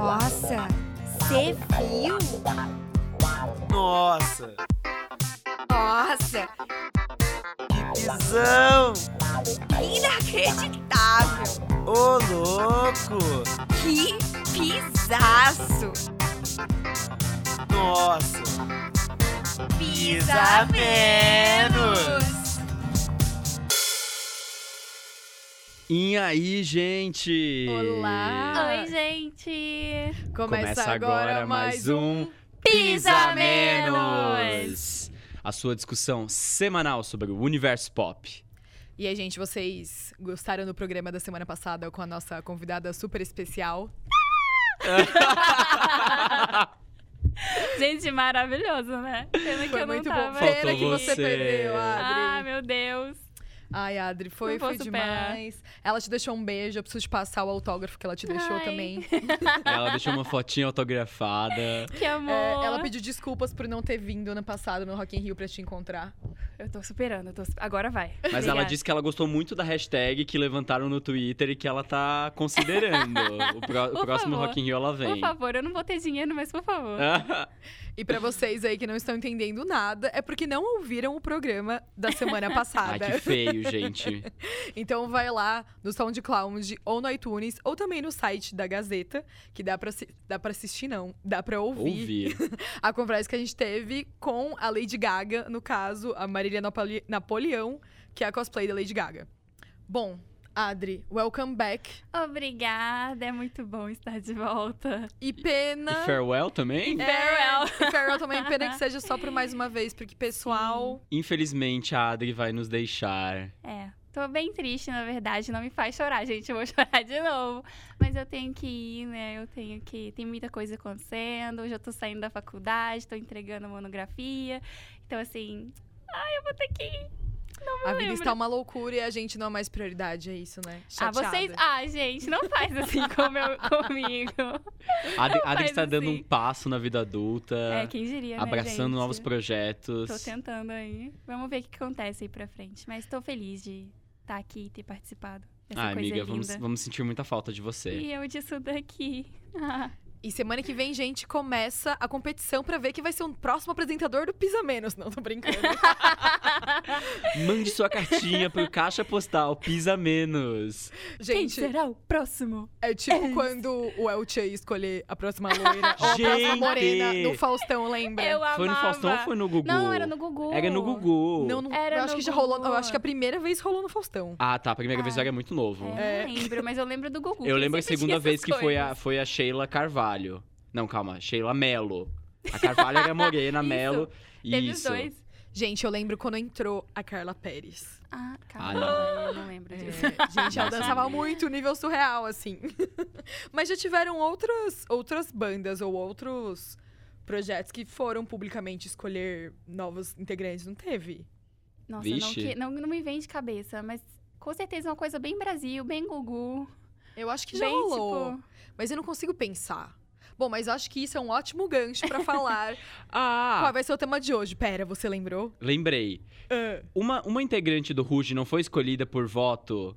Nossa, você viu? Nossa, Nossa, que visão! inacreditável! Ô, louco! Que pisaço! Nossa, Pisa menos! E aí, gente? Olá! Oi, gente! Começa, agora, mais um Pisa Menos! A sua discussão semanal sobre o universo pop. E aí, gente, vocês gostaram do programa da semana passada com a nossa convidada super especial? Gente, maravilhoso, né? Pena que Foi eu não muito tava. bom. Pena Faltou que você, você. perdeu, Ah, Adri. meu Deus! Ai, Adri, foi, Não vou foi superar. demais. Ela te deixou um beijo, eu preciso te passar o autógrafo que ela te deixou Ai. também. Ela deixou uma fotinha autografada. Que amor! É, ela pediu desculpas por não ter vindo ano passado no Rock in Rio pra te encontrar. Eu tô superando, eu tô... agora vai. Mas ela disse que ela gostou muito da hashtag que levantaram no Twitter e que ela tá considerando. O, pró- o Por próximo favor. Rock in Rio ela Por vem. favor, eu não vou ter dinheiro, mas por favor. E pra vocês aí que não estão entendendo nada, é porque não ouviram o programa da semana Ai, Ah, passada. que feio, gente. Então vai lá no SoundCloud ou no iTunes ou também no site da Gazeta, que dá pra, assi- dá pra assistir, não. Dá pra ouvir Ouvir. a conversa que a gente teve com a Lady Gaga, no caso, a Marília Napoli- Napoleão, que é a cosplay da Lady Gaga. Bom, Adri, welcome back. Ah. Obrigada, é muito bom estar de volta. E E pena. farewell também? É, Farewell. e farewell também, pena que seja só por mais uma vez, porque pessoal. Infelizmente, a Adri vai nos deixar. É, tô bem triste, na verdade, não me faz chorar, gente, eu vou chorar de novo. Mas eu tenho que ir, né, eu tenho que... Tem muita coisa acontecendo, hoje eu tô saindo da faculdade, tô entregando a monografia. Então, assim, ai, eu vou ter que ir. A vida lembro. está uma loucura e a gente não é mais prioridade, é isso, né? Ah, vocês... Chateada. Ah, gente, não faz assim como eu, comigo. A Adri, a Adri Faz está dando assim. um passo na vida adulta, É, quem diria, né, abraçando gente? novos projetos. Tô tentando aí. Vamos ver o que acontece aí pra frente. Mas tô feliz de estar aqui e ter participado dessa Ah, coisa amiga, linda. vamos, vamos sentir muita falta de você. E eu disso daqui. Ah, E semana que vem, gente, começa a competição pra ver quem vai ser o próximo apresentador do Pisa Menos. Não, tô brincando. Mande sua cartinha pro caixa postal Pisa Menos. quem Gente, será o próximo? é tipo quando o El Che escolher a próxima loira ou a próxima Gente! morena no Faustão, lembra? Eu amava. Foi no Faustão ou foi no Gugu? Não, era no Gugu. Era no Gugu. Não, não, Era eu acho no que já rolou. Eu Gugu. acho que a primeira vez rolou no Faustão. Ah, tá. A primeira vez eu Ah. era muito novo. É, É. não lembro, mas eu lembro do Gugu. Eu que lembro a sempre segunda tinha vez essas que foi a, coisas. foi a Sheila Carvalho. Não, calma. Sheila Melo. A Carvalho era morena, Isso. Melo. Teve os isso. dois. Gente, eu lembro quando entrou a Carla Pérez. Ah, Ah, calma. não. eu não lembro É, disso. gente, Nossa. ela dançava muito, nível surreal, assim. Mas já tiveram outras, outras bandas ou outros projetos que foram publicamente escolher novos integrantes, não teve? Nossa, Não, Vixe. que, não, não me vem de cabeça, mas com certeza é uma coisa bem Brasil, bem Gugu. Eu acho que já bem, rolou, tipo, mas eu não consigo pensar. Bom, mas eu acho que isso é um ótimo gancho pra falar qual Ah, vai ser o tema de hoje. Pera, você lembrou? lembrei. Uma, uma integrante do Ruge não foi escolhida por voto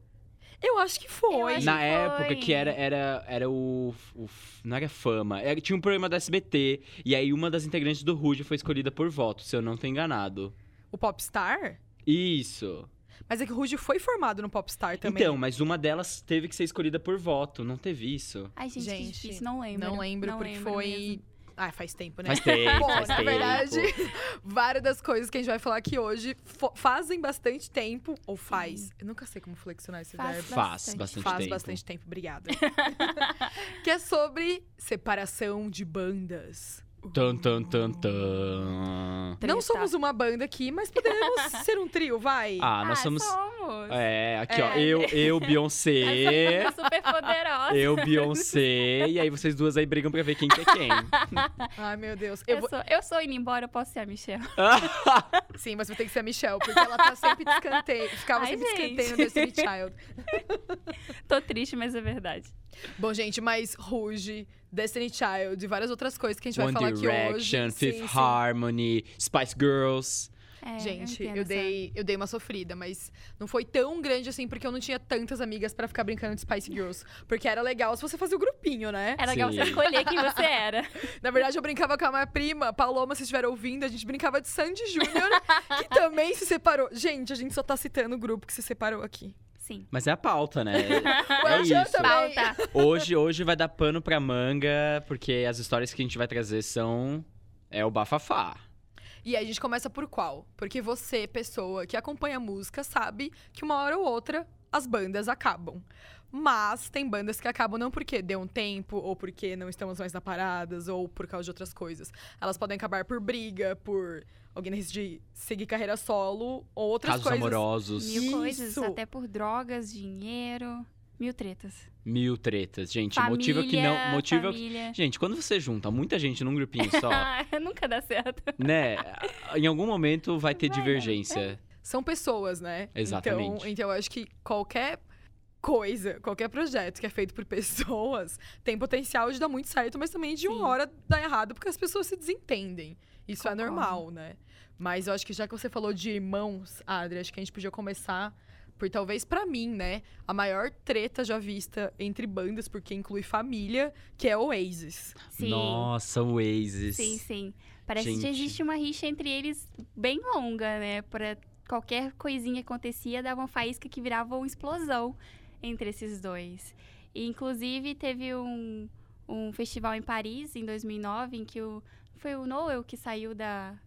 Eu acho que foi. Eu acho- Na que época foi. que era, era, era o, o- Não era fama. Era- tinha um programa da SBT. E aí uma das integrantes do Ruge foi escolhida por voto, se eu não tô enganado. O Popstar? Isso. Mas é que o Ruge foi formado no Popstar também. Então, mas uma delas teve que ser escolhida por voto. Não teve isso. Ai, gente, que Gente, difícil, não lembro. não lembro porque foi. mesmo. Ah, faz tempo, né? Faz tempo, Bom, faz na tempo. verdade, várias das coisas que a gente vai falar aqui hoje fo- fazem bastante tempo, ou faz. Eu nunca sei como flexionar esse Faz verbo. Faz bastante. bastante faz tempo. bastante tempo, obrigada. que é sobre separação de bandas. Tan, tan, tan, tan. Não Treta. somos uma banda aqui, mas podemos ser um trio, vai. Ah, nós ah, somos... somos. É, aqui ó. É. Eu, eu, Beyoncé. Super poderosa. É. eu, Beyoncé. E aí vocês duas aí brigam pra ver quem que é quem. Ai, meu Deus. Eu Eu, vou... sou, eu sou indo embora, eu posso ser a Michelle. Ah. Sim, mas vai ter que ser a Michelle, porque ela tá sempre de escanteio. Ficava Ai, sempre de gente. escanteio no Destiny Child. Tô triste, mas é verdade. Bom, gente, mas Ruge, Destiny Child e várias outras coisas que a gente vai One falar aqui Direction, hoje. Fifth Harmony, Spice Girls. É, Gente, eu, entendo essa- dei, eu dei uma sofrida, mas não foi tão grande assim, porque eu não tinha tantas amigas pra ficar brincando de Spice Girls. Porque era legal se você fazia o grupinho, né? Era legal você Sim. escolher quem você era. Na verdade, eu brincava com a minha prima, Paloma, se estiver ouvindo, a gente brincava de Sandy Júnior, que também se separou. Gente, a gente só tá citando o grupo que se separou aqui. Sim. Mas é a pauta, né? Well, É já isso. também. Falta. Hoje, hoje vai dar pano pra manga, porque as histórias que a gente vai trazer são. É o bafafá. E aí a gente começa por qual? Porque você, pessoa que acompanha a música, sabe que uma hora ou outra as bandas acabam. Mas tem bandas que acabam não porque deu um tempo, ou porque não estamos mais na paradas, ou por causa de outras coisas. Elas podem acabar por briga, por alguém decidir seguir carreira solo, ou outras Casos coisas. amorosos, Mil mil... coisas, Isso. até por drogas, dinheiro, mil tretas. tretas. Gente, Família, motivo que não. Motivo é o que- família. Ah, Gente, quando você junta muita gente num grupinho só, Nunca dá certo. né? Em algum momento vai ter Vai, né? divergência. São pessoas, né? Exatamente. Então, então eu acho que qualquer coisa, qualquer projeto que é feito por pessoas tem potencial de dar muito certo, mas também de Sim. uma hora dar errado porque as pessoas se desentendem. Isso Concordo. é normal, né? Mas eu acho que já que você falou de irmãos, Adri, acho que a gente podia começar por talvez pra mim, né, a maior treta já vista entre bandas, porque inclui família, que é Oasis. Sim. Nossa, o Oasis. Sim, sim. Parece que Gente. existe uma rixa entre eles bem longa, né? Pra qualquer coisinha que acontecia, dava uma faísca que virava uma explosão entre esses dois. E, inclusive, teve um, um festival em Paris, em 2009, em que o, foi o Noel que saiu da,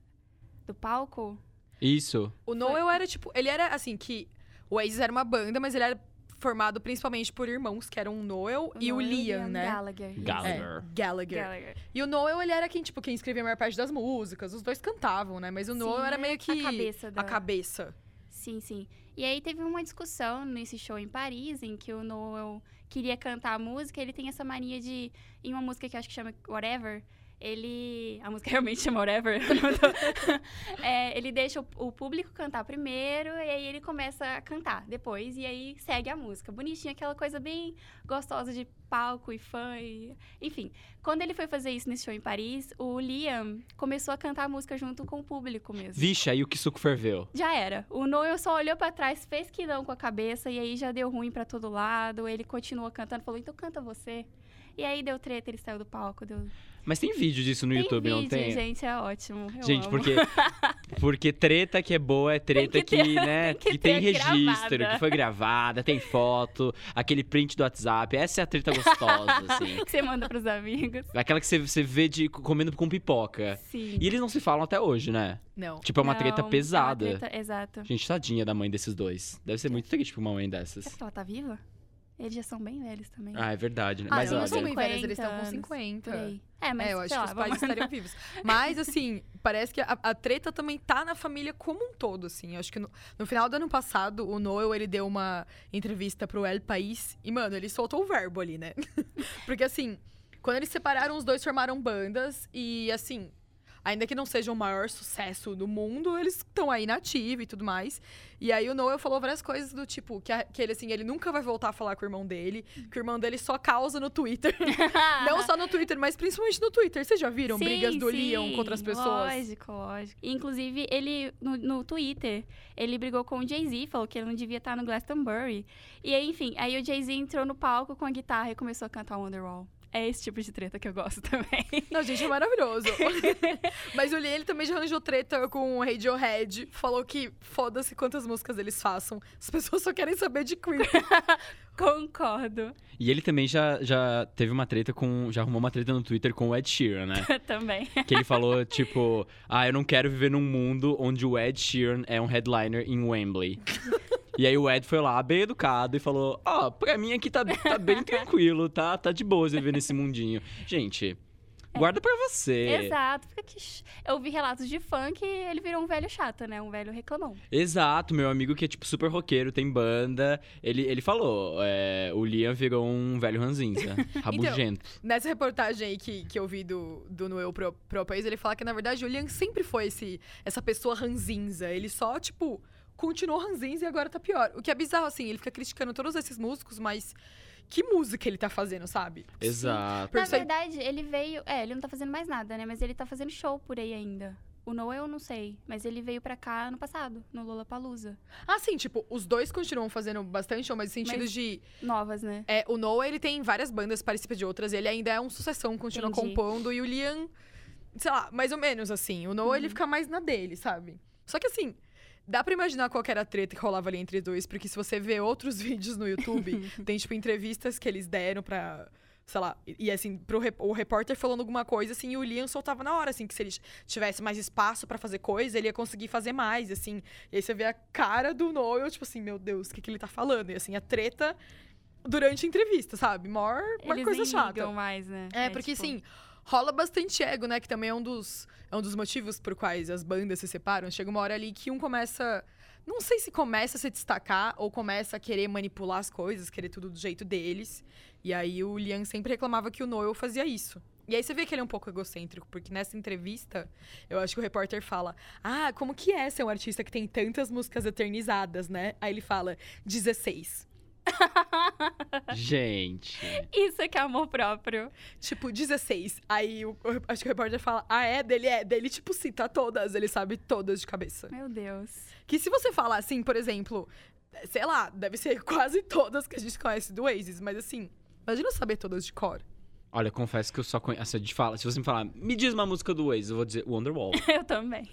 do palco. Isso. O Noel era tipo. Ele era assim, que. O Oasis era uma banda, mas ele era formado principalmente por irmãos, que eram o Noel e o Noel Liam, né? Gallagher. isso. É, Gallagher. Gallagher. Gallagher. E o Noel, ele era quem, tipo, quem escrevia a maior parte das músicas. Os dois cantavam, né? Mas o Noel Sim, era era meio a que. cabeça da- A cabeça. Sim, sim. E aí teve uma discussão nesse show em Paris, em que o Noel queria cantar a música, ele tem essa mania de. Em uma música que eu acho que chama Whatever. Ele. A música realmente chama Whatever. não tô- É, ele deixa o, o público cantar primeiro, e aí ele começa a cantar depois, e aí segue a música. Bonitinha, aquela coisa bem gostosa de palco e fã. e- Enfim, quando ele foi fazer isso nesse show em Paris, o Liam começou a cantar a música junto com o público mesmo. Vixe, aí o que suco ferveu. Já era. O Noel só olhou pra trás, fez que não com a cabeça e aí já deu ruim pra todo lado. Ele continuou cantando, falou: "Então canta você". E aí deu treta, ele saiu do palco, deu. Mas tem vídeo disso no tem YouTube, vídeo, não tem? gente, é ótimo. Eu Gente, amo. porque, porque treta que é boa é treta Tem que que, ter- né, tem que que tem ter registro, gravada. que foi gravada, tem foto, aquele print do WhatsApp. Essa é a treta gostosa, assim. que você manda pros amigos. Aquela que você, você vê de comendo com pipoca. Sim. É. E eles não se falam até hoje, né? Não. Tipo, é uma Não, é treta uma pesada. treta- Exato. Gente, tadinha da mãe desses dois. Deve ser muito triste pra uma mãe Será dessas. que ela tá viva? Eles já são bem velhos também. Ah, é verdade, né? Ah, Mas eles não olha, são bem velhos, eles estão com 50. 50 Por aí. É, mas é, eu acho sei lá, que os pais vamos- estariam vivos. Mas, assim, parece que a, a treta também tá na família como um todo, assim. Eu acho que no, no final do ano passado, o Noel, ele deu uma entrevista pro El País. E, mano, ele soltou o verbo ali, né? Porque, assim, quando eles separaram, os dois formaram bandas. E, assim, ainda que não seja o maior sucesso do mundo, eles estão aí na ativa e tudo mais. E aí o Noel falou várias coisas do tipo, que, a- que ele, assim, ele nunca vai voltar a falar com o irmão dele. Que o irmão dele só causa no Twitter. Não só no Twitter, mas principalmente no Twitter. Vocês já viram Sim, brigas do sim, Leon contra as pessoas? Lógico, lógico. E, Inclusive, ele, no, no Twitter, ele brigou com o Jay-Z, falou que ele não devia estar no Glastonbury. E aí, enfim, aí o Jay-Z entrou no palco com a guitarra e começou a cantar Wonderwall. É esse tipo de treta que eu gosto também. Não, gente, é maravilhoso. mas o Lee, ele também já arranjou treta com o Radiohead. Falou que foda-se quantas músicas eles façam. As pessoas só querem saber de Queen. Concordo E ele também já, já teve uma treta com. Já arrumou uma treta no Twitter com o Ed Sheeran, né? também. Que ele falou, tipo, ah, eu não quero viver num mundo onde o Ed Sheeran é um headliner em Wembley. E aí o Ed foi lá, bem educado, e falou, ó, pra mim aqui tá, tá bem tranquilo, tá, tá de boa você viver nesse mundinho. Gente, É. guarda pra você. Exato. Fica que... ch- Eu vi relatos de fã que ele virou um velho chato, né? Um velho reclamão. Exato, meu amigo que é, tipo, super roqueiro, tem banda. Ele, ele falou, é, o Liam virou um velho ranzinza, Então, rabugento. Nessa reportagem aí que, que eu vi do, do Noel pro, pro país, ele fala que, na verdade, o Liam sempre foi esse, essa pessoa ranzinza. Ele só, tipo, continuou ranzinza e agora tá pior. O que é bizarro, assim, ele fica criticando todos esses músicos, mas que música ele tá fazendo, sabe? Exato. Por Na isso aí- verdade, ele veio. É, ele não tá fazendo mais nada, né? Mas ele tá fazendo show por aí ainda. O Noah eu não sei, mas ele veio pra cá ano passado, no Lollapalooza. Ah, sim, tipo, os dois continuam fazendo bastante show, mas no sentido Mas- de. Novas, né? é, o Noah, ele tem várias bandas, participa de outras, ele ainda é um sucessão, continua Entendi. compondo, e o Liam, sei lá, mais ou menos assim. O Noah, Uhum. ele fica mais na dele, sabe? Só que assim. Dá pra imaginar qual que era a treta que rolava ali entre dois, porque se você vê outros vídeos no YouTube, tem, tipo, entrevistas que eles deram pra, sei lá, e e, assim, pro rep- o repórter falando alguma coisa, assim, e o Liam soltava na hora, assim, que se ele tivesse mais espaço pra fazer coisa, ele ia conseguir fazer mais, assim. E aí você vê a cara do Noel, tipo assim, meu Deus, o que, que ele tá falando? E assim, a treta durante a entrevista, sabe? Mor, mor Eles coisa nem chata. ligam mais, né? É, porque tipo, assim, rola bastante ego, né? Que também é um dos, é um dos motivos por quais as bandas se separam. Chega uma hora ali que um começa. Não sei se começa a se destacar ou começa a querer manipular as coisas, querer tudo do jeito deles. E aí o Liam sempre reclamava que o Noel fazia isso. E aí você vê que ele é um pouco egocêntrico, porque nessa entrevista, eu acho que o repórter fala: Ah, como que é ser um artista que tem tantas músicas eternizadas, né? Aí ele fala, 16. Gente. Isso é que é amor próprio. Tipo, 16. Aí o, o- acho que o repórter fala, ah, é dele, é dele. Tipo, cita todas, ele sabe todas de cabeça. Meu Deus. Que se você falar assim, por exemplo, sei lá, deve ser quase todas que a gente conhece do Oasis, mas assim, imagina eu saber todas de cor. Olha, eu confesso que eu só conheço. Assim, de fala, se você me falar, me diz uma música do Waze, eu vou dizer Wonderwall. Eu também.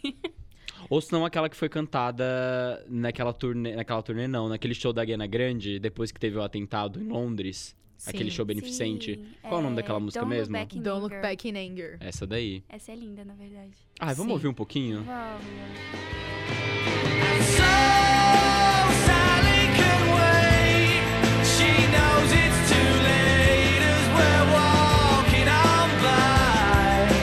Ou se não, aquela que foi cantada naquela turnê. Naquela turnê, não, naquele show da Ariana Grande, depois que teve o atentado em Londres. Aquele show beneficente. Sim, Qual o nome é daquela música Don't Look mesmo? Back in Don't look Anger. back in anger. Essa daí. Essa é linda, na verdade. Ah, vamos Sim. ouvir um pouquinho? Vamos. Sally can wait. She knows it's too late as we're walking on by.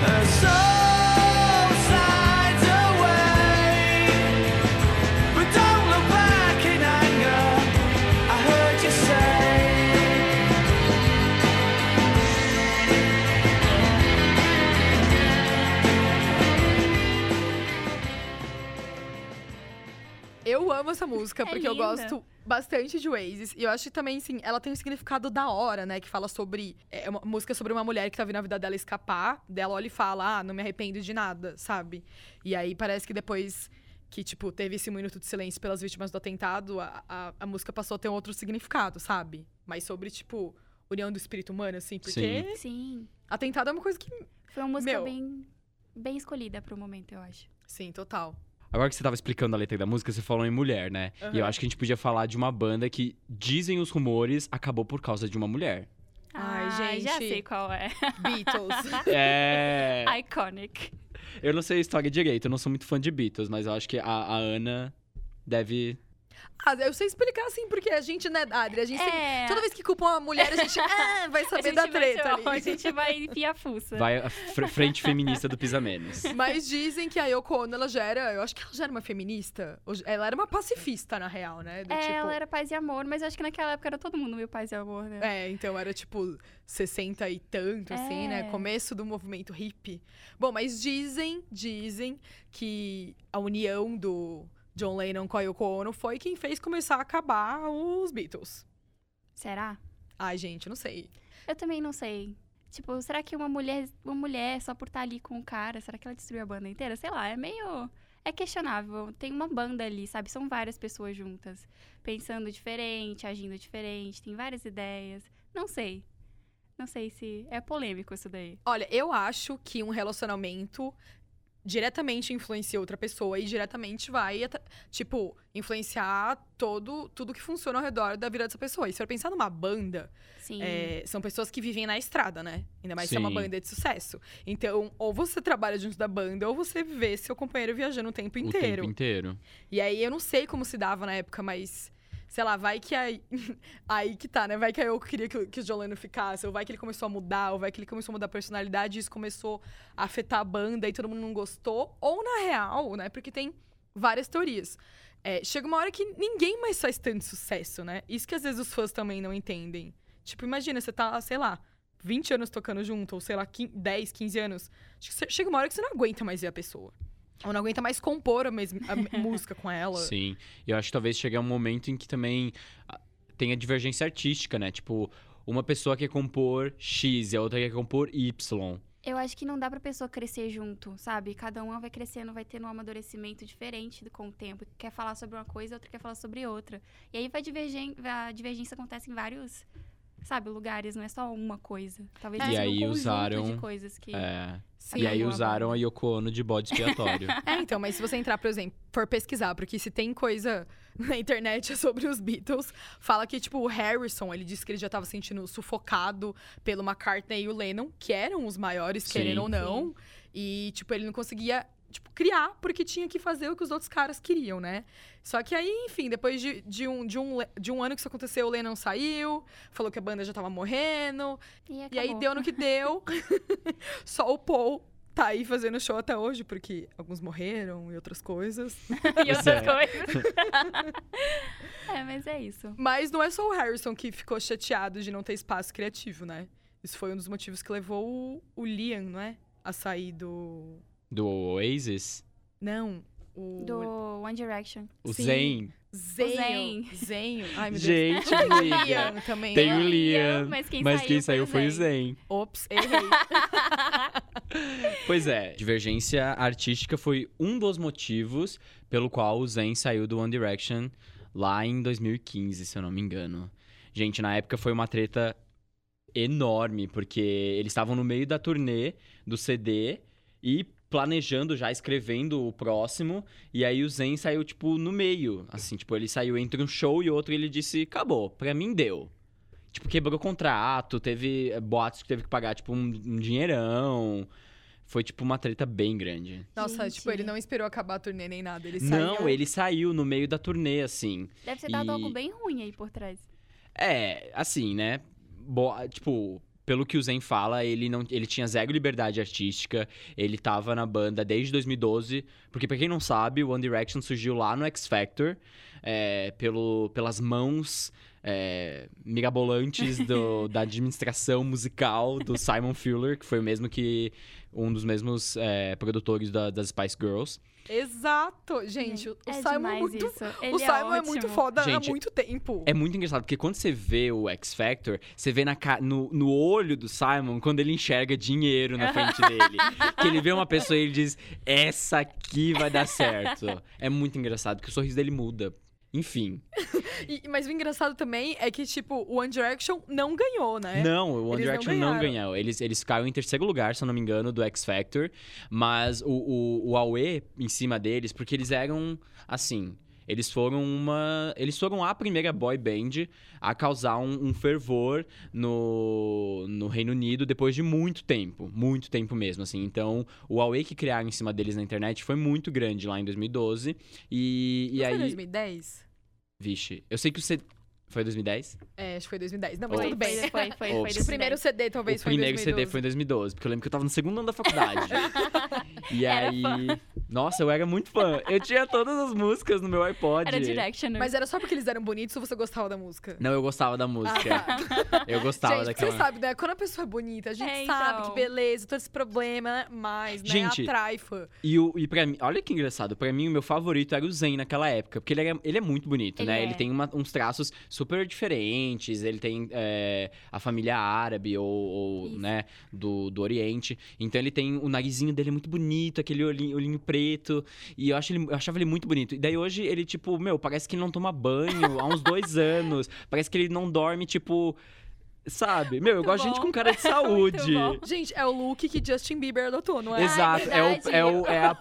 Her soul slides away. But don't look back in anger. I heard you say. Eu amo essa música, É porque eu linda. gosto bastante de Oasis. E eu acho que também, assim, ela tem um significado da hora, né? Que fala sobre. É uma música sobre uma mulher que tá vendo a vida dela escapar. Dela olha e fala, ah, não me arrependo de nada, sabe? E aí parece que depois que, tipo, teve esse minuto de silêncio pelas vítimas do atentado, a, a, a música passou a ter um outro significado, sabe? Mas sobre, tipo, união do espírito humano, assim, porque Sim. atentado é uma coisa que. Foi uma música Meu. bem, bem escolhida pro momento, eu acho. Sim, total. Agora que você tava explicando a letra da música, você falou em mulher, né? E eu Aham. acho que a gente podia falar de uma banda que, dizem os rumores, acabou por causa de uma mulher. Ai, Já gente. sei qual é. Beatles. É. Iconic. eu não sei a história direito, eu não sou muito fã de Beatles, mas eu acho que a, a Ana deve. ah, eu sei explicar, assim, porque a gente, né, Adri? A gente sempre É. Toda vez que culpam uma mulher, a gente ah, vai a saber gente da vai- treta ó, A ali. gente vai enfiar a fuça. Vai a fr- frente feminista do Pisa Menos. Mas dizem que a Yoko Ono, ela já era... Eu acho que ela já era uma feminista. Ou já- Ela era uma pacifista, na real, né? Do É, tipo- ela era paz e amor, mas eu acho que naquela época era todo mundo meio paz e amor, né? É, então era tipo 60 e tanto, assim, né? É. Começo do movimento hippie. Bom, mas dizem, dizem que a união do John Lennon com a Yoko Ono foi quem fez começar a acabar os Beatles. Será? Ai, gente, não sei. Eu também não sei. Tipo, será que uma mulher, uma mulher só por estar ali com o cara, será que ela destruiu a banda inteira? Sei lá, é meio. É questionável. Tem uma banda ali, sabe? São várias pessoas juntas. Pensando diferente, agindo diferente, tem várias ideias. Não sei. Não sei se. É polêmico isso daí. Olha, eu acho que um relacionamento diretamente influencia outra pessoa e diretamente vai, atra- tipo, influenciar todo tudo que funciona ao redor da vida dessa pessoa. E se for pensar numa banda, Sim. é, são pessoas que vivem na estrada, né? Ainda mais se é uma Sim. banda de sucesso. Então, ou você trabalha junto da banda, ou você vê seu companheiro viajando o tempo O tempo inteiro. inteiro. E aí eu não sei como se dava na época, mas. Sei lá, vai que aí. aí que tá, né? Vai que a Yoko queria que, o- que o John Lennon ficasse, ou vai que ele começou a mudar, ou vai que ele começou a mudar a personalidade e isso começou a afetar a banda e todo mundo não gostou. Ou na real, né? Porque tem várias teorias. É, chega uma hora que ninguém mais faz tanto sucesso, né? Isso que às vezes os fãs também não entendem. Tipo, imagina, você tá, sei lá, 20 anos tocando junto, ou sei lá, 15, 10, 15 anos. Acho que você- chega uma hora que você não aguenta mais ver a pessoa. Ou não aguenta mais compor a, mesma, a m- música com ela. Sim. E eu acho que talvez chegue um momento em que também ah, tenha divergência artística, né? Tipo, uma pessoa quer compor X e a outra quer compor Y. Eu acho que não dá pra pessoa crescer junto, sabe? Cada uma vai crescendo, vai tendo um amadurecimento diferente do- com o tempo. Quer falar sobre uma coisa, outra quer falar sobre outra. E aí vai divergen... a divergência acontece em vários, sabe, lugares, não é só uma coisa. Talvez E seja um aí conjunto usaram, de coisas que É. Sim. e aí Uma usaram a banda. Yoko Ono de bode expiatório. É, então, mas se você entrar, por exemplo, for pesquisar, porque se tem coisa na internet sobre os Beatles, fala que, tipo, o Harrison, ele disse que ele já tava sentindo sufocado pelo McCartney e o Lennon, que eram os maiores, Sim. querendo ou não. E, tipo, ele não conseguia, tipo, criar, porque tinha que fazer o que os outros caras queriam, né? Só que aí, enfim, depois de, de, um, de, um, le- de um ano que isso aconteceu, o Lennon saiu, falou que a banda já tava morrendo, E, e aí acabou. deu no que deu. Só o Paul tá aí fazendo show até hoje, porque alguns morreram e outras coisas. e outras É. coisas. é, mas é isso. Mas não é só o Harrison que ficou chateado de não ter espaço criativo, né? Isso foi um dos motivos que levou o, o Liam, não é? A sair do. Do Oasis, Não. O Do One Direction. o Sim. Zayn. Zenho. Zayn. Zenho. Ai, meu Deus. Gente, O liga. Liam também. Tem o Eu ia, Liam, mas quem Mas saiu quem saiu foi o Zayn. Zayn. Ops, errei. Pois é, divergência artística foi um dos motivos pelo qual o Zayn saiu do One Direction lá em 2015, se eu não me engano. Gente, na época foi uma treta enorme, porque eles estavam no meio da turnê do CD e planejando já, escrevendo o próximo, e aí o Zayn saiu, tipo, no meio, assim, tipo, ele saiu entre um show e outro e ele disse, acabou, pra mim deu. Tipo, quebrou contrato, teve eh, boatos que teve que pagar, tipo, um, um dinheirão. Foi, tipo, uma treta bem grande. Nossa, Gente. tipo, ele não esperou acabar a turnê nem nada. Ele Não, saiu. ele saiu no meio da turnê, assim. Deve ter dado E- algo bem ruim aí por trás. É, assim, né? Bo- tipo, pelo que o Zen fala, ele não, ele tinha zero liberdade artística. Ele tava na banda desde 2012, porque pra quem não sabe, o One Direction surgiu lá no X Factor, é, pelo, pelas mãos é, mirabolantes do- da administração musical do Simon Fuller, que foi o mesmo que um dos mesmos é, produtores da- das Spice Girls. Exato. Gente, o, o é Simon é demais muito isso. Ele o Simon é, muito ótimo. foda Gente, há muito tempo. É muito engraçado, porque quando você vê o X Factor, você vê na ca- no, no olho do Simon quando ele enxerga dinheiro na frente dele. que ele vê uma pessoa e ele diz: Essa aqui vai dar certo. É muito engraçado, porque o sorriso dele muda. Enfim. E- mas o engraçado também é que, tipo, o One Direction não ganhou, né? Não, o One Eles não Direction não, ganharam. ganhou. Eles, eles ficaram em terceiro lugar, se eu não me engano, do X Factor. Mas o, o, o Aue em cima deles, porque eles eram assim. Eles foram uma. Eles foram a primeira boy band a causar um, um fervor no, no Reino Unido depois de muito tempo. Muito tempo mesmo, assim. Então, o Aue que criaram em cima deles na internet foi muito grande lá em 2012. E, e Não foi aí. 2010? Vixe, eu sei que o C. Foi 2010? É, acho que foi 2010. Não, mas Foi, tudo bem. Foi, foi, foi. Ou- foi Acho que O desse primeiro daí. CD talvez o foi em primeiro CD 2012. foi em 2012, porque eu lembro que eu tava no segundo ano da faculdade. e Era aí. Nossa, eu era muito fã. Eu tinha todas as músicas no meu iPod. Era né? Directioner. Mas é era só porque eles eram bonitos ou você gostava da música? Não, eu gostava da música. Ah, tá. Eu gostava gente, daquela. você sabe, né? Quando a pessoa é bonita, a gente É, sabe então. que beleza, todo esse problema, né? mas, né? Gente, Atrai fã. E, o, e pra mim, olha que engraçado, pra mim o meu favorito era o Zen naquela época, porque ele, era- ele é muito bonito, Ele né? é. Ele tem uma- uns traços super diferentes, ele tem é, a família árabe ou, ou, Isso. né, do, do Oriente. Então ele tem, o narizinho dele é muito bonito, aquele olhinho, olhinho preto, e eu, acho ele- eu achava ele muito bonito. E daí hoje ele, tipo, meu, parece que ele não toma banho há uns dois anos, parece que ele não dorme, tipo... Sabe? Meu, eu Muito gosto de gente bom. com cara de saúde. bom. Gente, é o look que Justin Bieber adotou, não é? Exato, é, o, verdade. é, o- é a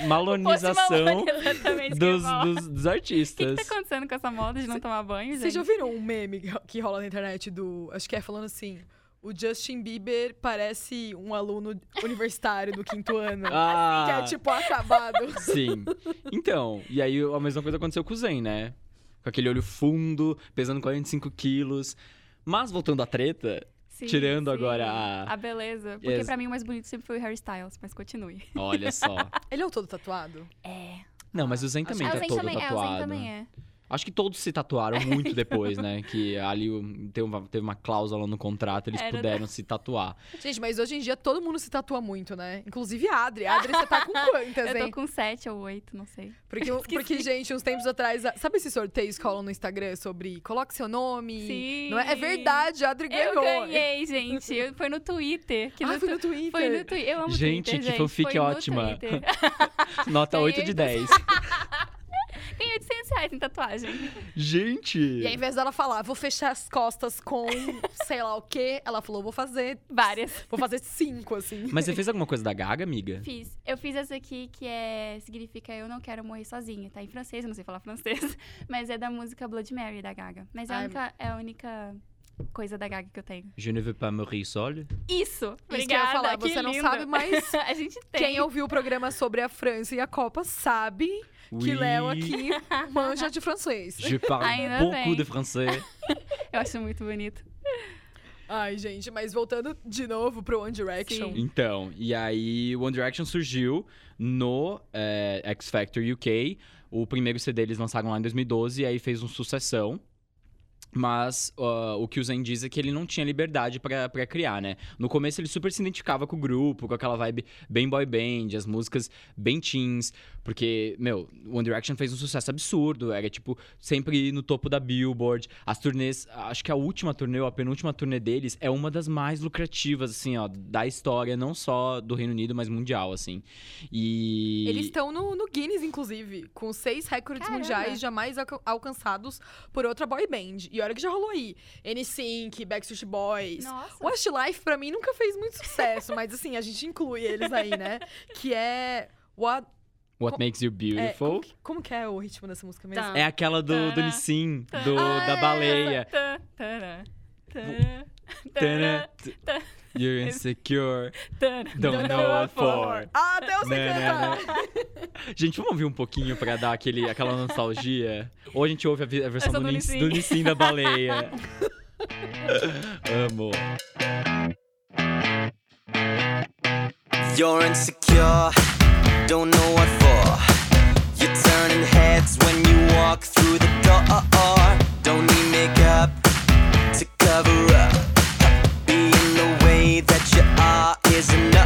post-malonização dos, dos. O dos, dos que, que artistas. tá acontecendo com essa moda de não tomar banho, gente? Vocês já viram um meme que ro- que rola na internet do. Acho que é falando assim. O Justin Bieber parece um aluno universitário do quinto tá ano. Que Ah, é Assim, tipo acabado. sim. tipo- Então, e aí a mesma coisa aconteceu com o Zen, né? Com aquele olho fundo, pesando 45 quilos. Mas voltando à treta, Sim, tirando sim. agora a- A beleza. Porque Yes. pra mim o mais bonito sempre foi o Harry Styles, mas continue. olha só. Ele é o todo tatuado? É. Não, mas o Zen também Ah, tá o Zayn todo também, é, o Zayn tatuado. também é. Acho que todos se tatuaram muito depois, né? Que ali o- teve uma, teve uma cláusula no contrato, eles Era, né? puderam se tatuar. Gente, mas hoje em dia todo mundo se tatua muito, né? Inclusive a Adri. A Adri, você tá com quantas, Eu hein? tô com sete ou oito, não sei. Porque, porque, gente, uns tempos atrás... a- Sabe esses sorteios que rolam no Instagram sobre coloque seu nome? Sim. Não é? é verdade, a Adri Eu ganhou. ganhei, gente. Eu- Foi no Twitter. Que Ah, no foi tu- no Twitter. Foi no Twitter. Eu amo Gente, Twitter, que gente. fanfic Foi no ótima. Twitter. Nota Ganhei 8 de 10. Tem 800 reais em tatuagem. Gente! E ao invés dela falar, vou fechar as costas com sei lá o quê, ela falou, vou fazer. Várias. Vou fazer cinco, assim. Mas você fez alguma coisa da Gaga, amiga? Fiz. Eu fiz essa aqui que é significa Eu Não Quero Morrer Sozinha. Tá em francês, eu não sei falar francês. Mas é da música Blood Mary da Gaga. Mas é a, Ai, única, é a única coisa da Gaga que eu tenho. Je ne veux pas mourir seul. Isso! que eu ia Obrigada. falar, que você não linda. sabe, mas a gente tem. Quem ouviu o programa sobre a França e a Copa sabe que Oui, Léo aqui manja de francês. Je parle Ainda beaucoup bem. de français. Eu acho muito bonito. Ai, gente, mas voltando de novo pro One Direction. Sim. Então, e aí One Direction surgiu no eh, X Factor UK. O primeiro CD eles lançaram lá em 2012 e aí fez um sucessão. Mas ah, o que o Zen diz é que ele não tinha liberdade pra pra criar, né? No começo ele super se identificava com o grupo, com aquela vibe bem boy band, as músicas bem teens, porque, meu, One Direction fez um sucesso absurdo, era tipo sempre no topo da Billboard. As turnês, acho que a última turnê ou a penúltima turnê deles é uma das mais lucrativas, assim, ó, da história, não só do Reino Unido, mas mundial, assim. E. Eles estão no, no Guinness, inclusive, com seis recordes Caramba. mundiais jamais alca- alcançados por outra boy band. E olha que já rolou aí. NSYNC, Backstreet Boys. Nossa. Westlife, pra mim, nunca fez muito sucesso, mas assim, a gente inclui eles aí, né? Que é. What, What Makes You é, como, Beautiful. que, como que é o ritmo dessa música mesmo? Tá. É, aquela do, do Tana. Lissim, do, Ah, da é. baleia. Tã, tã, tã, tã, Tana, tá, t- You're insecure, tã. don't know tá, what for. Ah, até eu sei Né, cantar! né, Gente, vamos ouvir um pouquinho pra dar aquele, aquela nostalgia? Ou a gente ouve a, vi- a versão Essa do, do Nis- Nissin. do Nissin da baleia? Amo. You're insecure, don't know what for. You're turning heads when you walk through the door. Don't need makeup to cover up. Being the way that you are is enough.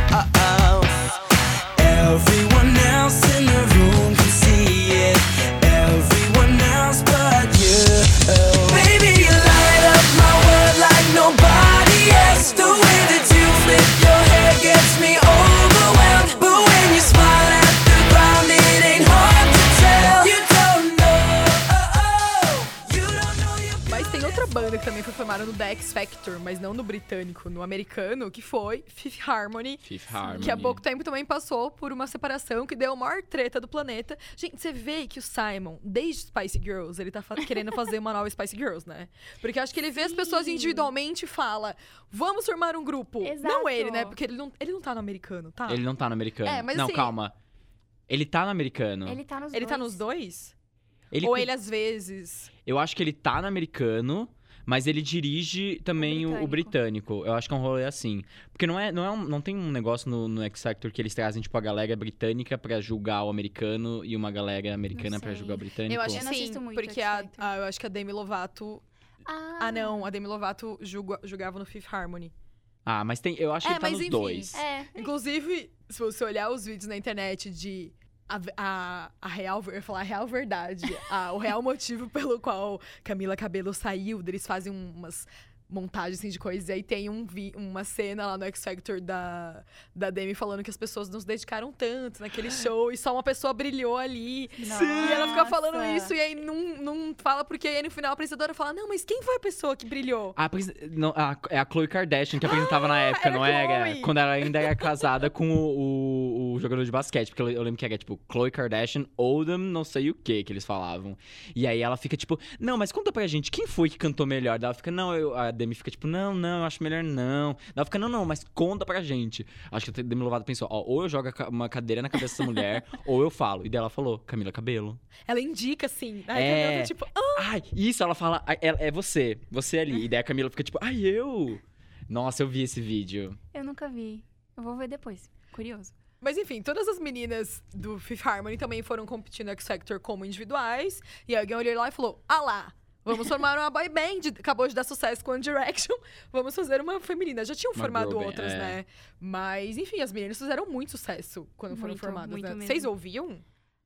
Everyone else in the room can see it. Everyone else but you. Baby, you light up my world like nobody else. The way that you flip your hair gets me overwhelmed. But when you smile at the ground, it ain't hard to tell. You don't know. You don't know you're Mas tem outra banda que também foi formada no The X Factor, mas não no britânico, no americano, que foi Fifth Harmony. Fifth Harmony. Que há pouco tempo também passou por uma separação que deu a maior treta do planeta. Gente, você vê que o Simon, desde Spice Girls, ele tá fa- querendo fazer uma nova Spice Girls, né? Porque acho que ele vê as pessoas Sim. individualmente e fala: vamos formar um grupo. Não Exato. ele, né? Porque ele não, ele não tá no americano, tá? Ele não tá no americano. É, mas não, assim- calma. Ele tá no americano. Ele tá nos Ele dois. tá nos dois? Ele- Ou ele é às vezes. Eu acho que ele tá no americano, mas ele dirige também o o britânico. Eu acho que é um rolê assim. Porque não é, não é um- não tem um negócio no, no X Factor que eles trazem, tipo, a galera britânica pra julgar o americano e uma galera americana pra sei. julgar o britânico. Eu acho que Eu não sim, assisto muito porque X a, Factor. a- eu acho que a Demi Lovato. Ah, Ah, não, a Demi Lovato julga- julgava no Fifth Harmony. Ah, mas tem. Eu acho É, que ele tá mas nos enfim, dois. É. Inclusive, se você olhar os vídeos na internet de a, a, a real, eu ia falar a real verdade, a- o real motivo pelo qual Camila Cabelo saiu, eles fazem umas montagens assim, de coisas, e aí tem um vi- uma cena lá no X Factor da, da Demi falando que as pessoas não se dedicaram tanto naquele show, e só uma pessoa brilhou ali. E ela fica falando Nossa. isso, e aí não, não fala, porque aí no final a apresentadora fala, não, mas quem foi a pessoa que brilhou? A presen- não, a- é a Chloe Kardashian que apresentava na época, Tipo, era não era? Chloe. Quando ela ainda era casada com o, o- o jogador de basquete. Porque eu, eu lembro que era tipo Chloe Kardashian, Oldham, não sei o que que eles falavam. E aí ela fica tipo, não, mas conta pra gente, quem foi que cantou melhor? Daí ela fica, não, eu- a Demi fica tipo, não, não, eu acho melhor não. Daí ela fica, não, não, mas conta pra gente. Acho que a Demi Lovato pensou, ó, ou eu jogo a ca- uma cadeira na cabeça dessa mulher, ou eu falo. E daí ela falou, Camila Cabelo. Ela indica, assim, aí É. Camila tá tipo, "Ah, Ai, isso, ela fala, "Ai, ela- é você, você ali. E daí a Camila fica tipo, ai, eu? Nossa, eu vi esse vídeo. Eu nunca vi. Eu vou ver depois. Curioso. Mas enfim, todas as meninas do Fifth Harmony também foram competindo no X Factor como individuais. E alguém olhou lá e falou: Ah lá, vamos formar uma boy band. Acabou de dar sucesso com One Direction, vamos fazer uma feminina. Já tinham Uma formado girl band, outras, é. né? Mas enfim, as meninas fizeram muito sucesso quando foram Muito, formadas. muito né? mesmo. Vocês ouviam?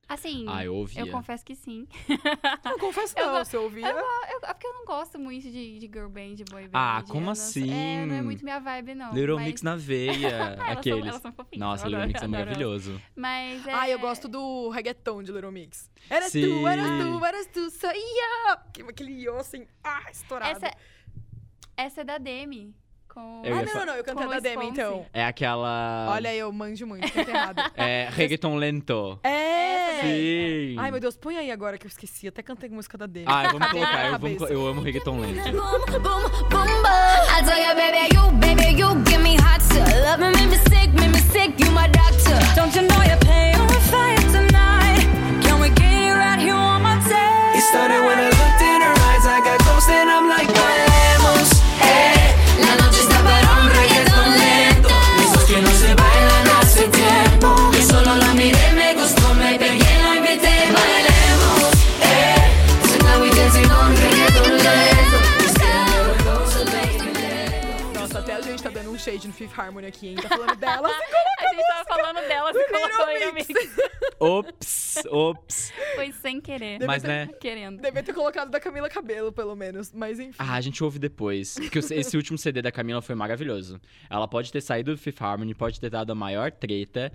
Assim, Ah, eu ouvia. eu confesso que sim. Não, Ah, confesso Tá. Eu não, go- você ouvia. Eu, go- eu- é porque eu não gosto muito de, de girl band, boy band. Ah, eu como não- assim? É, não é muito minha vibe, não. Little mas- Mix na veia. Ah, elas são- aqueles. elas são fofinhas, Nossa, eu Little adoro, Mix é adoro maravilhoso. elas. Mas é... Ah, eu gosto do reggaeton de Little Mix. Eras Sim. tu, eras tu, eras tu, sou eu! Que- Aquele yo assim, ah, estourado. Essa, essa é da Demi. Com... Eu ah, ia não, fa- não, não, eu cantei Com da Luiz Demi, Fonsi. então. É aquela. Olha, eu manjo muito, cantei errado. É, reggaeton lento. É! Sim. Ai, meu Deus, põe aí agora que eu esqueci. Até cantei música da Demi. Ah, vamos colocar. na Eu, vamos, co- cabeça. eu amo reggaeton lento. boom, boom, boom. I tell ya, baby, you, baby, you give me hot stuff. Love me, make me sick, make me sick, you my doctor. Don't you know you're paying tonight? Can we get it right here on my It table? started when I looked in her eyes, I got close and I'm like, vamos. Eh, La noche está para un reggaeton lento. esos que no se bailan hace tiempo. Que solo la miré, me gustó, me pegué, la invité, bailemos. Eh, tonight we dancing on reggaeton lento. It's getting closer, baby. Nossa, até a gente tá dando um shade no Fifth Harmony aqui, hein? Tá falando dela. A gente tá- tava falando dela, você colocou aí, Little amiga. Mix. Ops, ops. Foi sem querer. Mas, né? Querendo. Devia ter colocado da Camila Cabelo, pelo menos. Mas enfim. Ah, a gente ouve depois. Porque o- esse último CD da Camila foi maravilhoso. Ela pode ter saído do Fifth Harmony, pode ter dado a maior treta.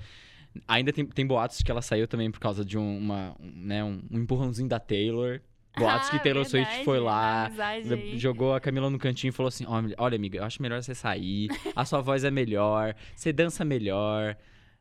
Ainda tem, tem boatos que ela saiu também por causa de um- uma, um, né, um, um empurrãozinho da Taylor. Boatos Ah, que Taylor Swift verdade, foi na lá, amizade le- aí. jogou a Camila no cantinho e falou assim: "Ó, Olha, amiga, eu acho melhor você sair. A sua voz é melhor, você dança melhor.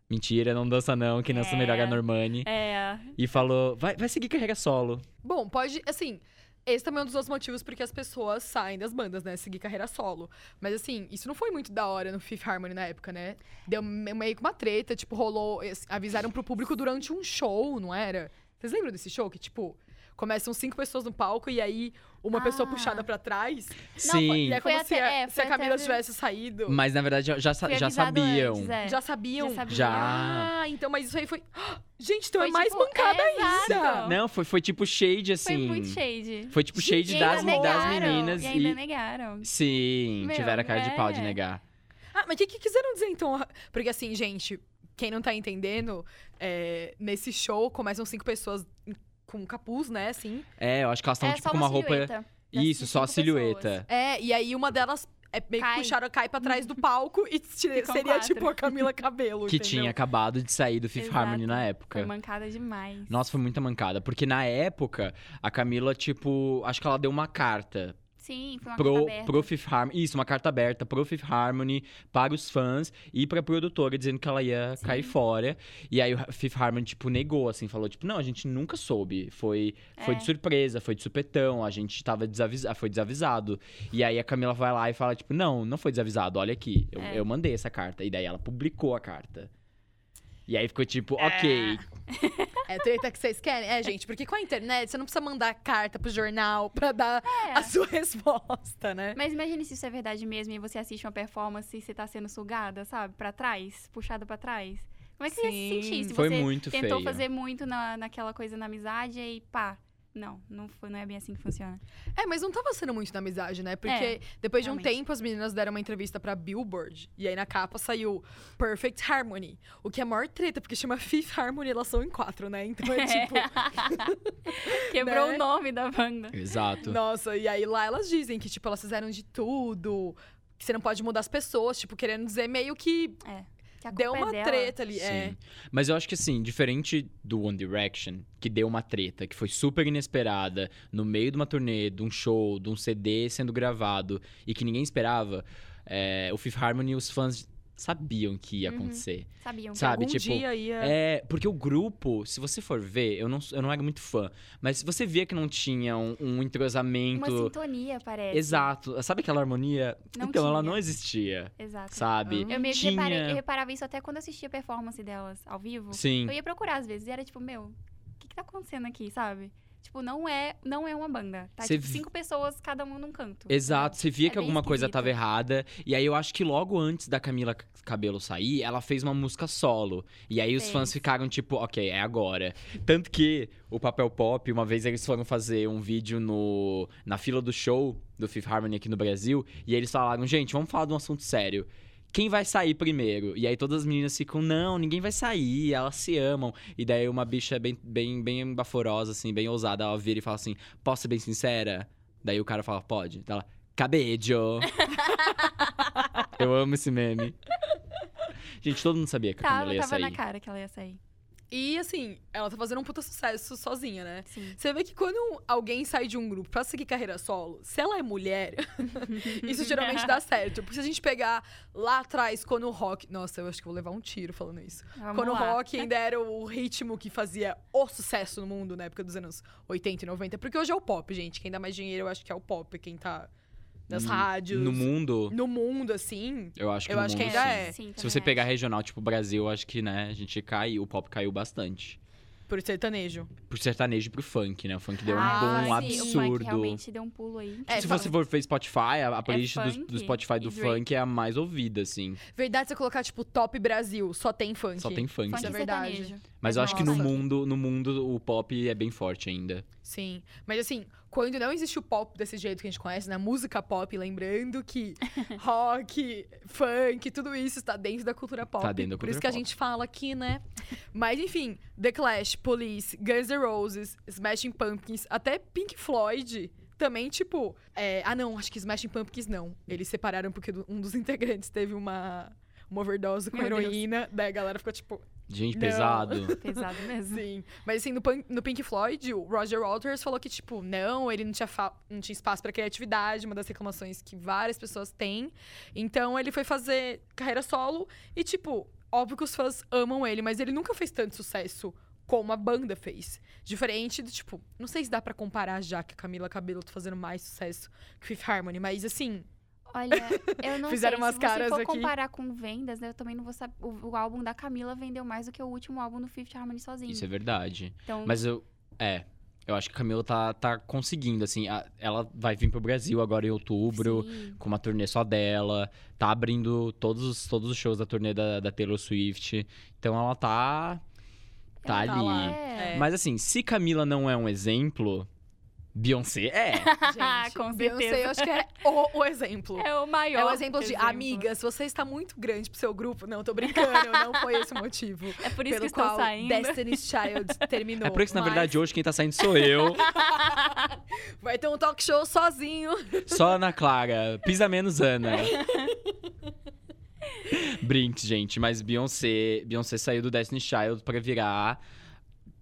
Mentira, não dança não, quem dança É. melhor é a Normani. É, E falou: vai, vai seguir carreira solo. Bom, pode. Assim, esse também é um dos outros motivos porque as pessoas saem das bandas, né? Seguir carreira solo. Mas assim, isso não foi muito da hora no Fifth Harmony na época, né? Deu me- meio que uma treta, tipo, rolou. es- Avisaram pro público durante um show, não era? Vocês lembram desse show? Que, tipo, começam cinco pessoas no palco e aí uma pessoa Ah. puxada pra trás. Sim. Hum. E é Foi como se, até- a, é, se foi a Camila até- tivesse saído. Mas na verdade já, já, sa- foi já avisado sabiam. antes, é. Já sabiam. Já sabiam. Já. Ah, então, mas isso aí foi. Gente, então Foi, é mais tipo, bancada é, ainda. exato. Não, foi, foi tipo shade, Foi assim. muito shade. Foi tipo Gente, shade E ainda das, das negaram, meninas. E E ainda negaram. Sim, Meu, tiveram a cara de pau de é. negar. Ah, mas o que, que quiseram dizer então? Porque assim, gente, quem não tá entendendo, é, nesse show começam cinco pessoas em- com capuz, né? Assim. É, eu acho que elas estavam é tipo só com uma roupa. silhueta das Isso, só a cinco pessoas. silhueta. É, e aí uma delas é meio Cai. que puxaram, cai pra trás do palco e tira- Ficam seria quatro. tipo a Camila Cabelo. Que entendeu? tinha acabado de sair do Fifth Exato. Harmony na Foi época. mancada demais. Nossa, foi muita mancada. Porque na época, a Camila, tipo, acho que ela deu uma carta Sim, foi uma pro, carta aberta. pro Fifth Harmony. Isso, uma carta aberta pro Fifth Harmony, para os fãs e pra produtora, dizendo que ela ia cair fora. E aí o Fifth Harmony, tipo, negou, assim, falou, tipo, não, a gente nunca soube. Foi, foi É. de surpresa, foi de supetão, a gente tava desavisado, foi desavisado. E aí a Camila vai lá e fala, tipo, não, não foi desavisado, olha aqui, eu, É. eu mandei essa carta. E daí ela publicou a carta. E aí ficou tipo, ok, É treta que vocês querem? É, gente, porque com a internet você não precisa mandar carta pro jornal pra dar É. a sua resposta, né? Mas imagine se isso é verdade mesmo e você assiste uma performance e você tá sendo sugada, sabe? Pra trás, puxada pra trás. Como é que você ia se Sim, sentir se foi você muito tentou feio. fazer muito na, naquela coisa na amizade e pá? Não, não, foi, não é bem assim que funciona. É, mas não tava sendo muito na amizade, né? Porque É, depois de um realmente. tempo, as meninas deram uma entrevista pra Billboard. E aí na capa saiu Perfect Harmony. O que é a maior treta, porque chama Fifth Harmony, elas são em quatro, né? Então é tipo. Quebrou Né? o nome da banda. exato. nossa, e aí lá elas dizem que, tipo, elas fizeram de tudo. Que você não pode mudar as pessoas, tipo, querendo dizer meio que Que a deu culpa é uma dela. treta ali. É. Sim. Mas eu acho que assim, diferente do One Direction, que deu uma treta, que foi super inesperada, no meio de uma turnê, de um show, de um CD sendo gravado e que ninguém esperava, é, o Fifth Harmony, os fãs sabiam que ia acontecer. Sabiam. que Sabe, Algum tipo, dia ia. É, porque o grupo, se você for ver, eu não, eu não era muito fã, mas se você via que não tinha um, um entrosamento. Uma sintonia, parece. Exato. Sabe aquela harmonia? Não então, ela tinha. não existia, Exato. sabe? Eu meio que tinha... reparei- eu reparava isso até quando eu assistia a performance delas ao vivo. Sim. Eu ia procurar às vezes e era tipo, meu, o que, que tá acontecendo aqui, sabe? Tipo, não é, não é uma banda. Tá, Cê tipo, vi- cinco pessoas, cada um num canto. Exato, você via É que bem alguma coisa esquisito. tava errada. E aí eu acho que logo antes da Camila C- Cabelo sair, ela fez uma música solo. E aí os Fez. fãs ficaram tipo, ok, é agora. Tanto que o Papel Pop, uma vez eles foram fazer um vídeo no na fila do show do Fifth Harmony aqui no Brasil. E eles falaram, gente, vamos falar de um assunto sério. Quem vai sair primeiro? E aí todas as meninas ficam, não, ninguém vai sair, elas se amam. E daí uma bicha bem, bem, bem baforosa, assim, bem ousada, ela vira e fala assim, posso ser bem sincera? Daí o cara fala, pode. Daí Ela, cabejo. Eu amo esse meme. Gente, todo mundo sabia que a Camila Tava, ia tava na sair. cara que ela ia sair. E assim, ela tá fazendo um puta sucesso sozinha, né? Sim. Você vê que quando alguém sai de um grupo pra seguir carreira solo, se ela é mulher, isso geralmente dá certo. Porque se a gente pegar lá atrás, quando o rock. Nossa, eu acho que eu vou levar um tiro falando isso. Vamos quando lá. o rock ainda era o ritmo que fazia o sucesso no mundo na época dos anos 80 e 90. Porque hoje é o pop, gente. Quem dá mais dinheiro, eu acho que é o pop. Quem tá nas No- rádios. Hum, No mundo, No mundo, assim. eu acho que Eu no acho que mundo, ainda sim. é. Sim, Se também você acho. pegar regional, tipo Brasil, eu acho que, né, a gente caiu, o pop caiu bastante. Por sertanejo. Pro sertanejo e pro funk, né? O funk deu um Ah, boom sim, O Mike absurdo. realmente deu um pulo aí. É, Se fa- você for ver Spotify, a, a playlist do- do, funk Spotify e do Drake. funk é a mais ouvida, assim. Verdade, você colocar, tipo, top Brasil, só tem funk. Só tem funk. Funk Isso é e verdade. sertanejo. Mas eu acho que no Nossa. mundo, no mundo o pop é bem forte ainda. Sim. Mas assim, quando não existe o pop desse jeito que a gente conhece, na música pop, lembrando que rock, funk, tudo isso está dentro da cultura pop. Tá dentro da Por isso cultura que a pop. gente fala aqui, né? Mas enfim, The Clash, Police, Guns N' Roses, Smashing Pumpkins, até Pink Floyd. Também, tipo, é, ah não, acho que Smashing Pumpkins não. Eles separaram porque do- um dos integrantes teve uma, uma overdose com Meu Deus. heroína. Daí a galera ficou tipo, Gente, Não. pesado. Pesado mesmo. Sim. Mas assim, no, Pan- no Pink Floyd, o Roger Waters falou que, tipo, não, ele não tinha, fa- não tinha espaço pra criatividade, uma das reclamações que várias pessoas têm. Então ele foi fazer carreira solo e, tipo, óbvio que os fãs amam ele, mas ele nunca fez tanto sucesso como a banda fez. Diferente do, tipo, não sei se dá pra comparar já que a Camila Cabello tá fazendo mais sucesso que Fifth Harmony, mas assim, Olha, eu não Fizeram sei, umas se caras você for aqui. comparar com vendas, né, eu também não vou saber. O, o álbum da Camila vendeu mais do que o último álbum do Fifth Harmony sozinho. Isso é verdade. Então, Mas eu. É. Eu acho que a Camila tá, tá conseguindo, assim. a- ela vai vir pro Brasil agora em outubro, sim. com uma turnê só dela. Tá abrindo todos os, todos os shows da turnê da, da Taylor Swift. Então ela tá. Tá Ela tá ali. lá. É. É. Mas assim, se Camila não é um exemplo, Beyoncé é. gente, Com Beyoncé, certeza. eu acho que é o, o exemplo. É o maior. É o exemplo de, amiga, se você está muito grande pro seu grupo, não, tô brincando, não foi esse o motivo. É por isso pelo que estou qual saindo. Destiny's Child terminou. é por isso, que, na Mas verdade, hoje quem tá saindo sou eu. Vai ter um talk show sozinho. Só Ana Clara. Pisa menos Ana. Brinks, gente. Mas Beyoncé, Beyoncé saiu do Destiny Child pra virar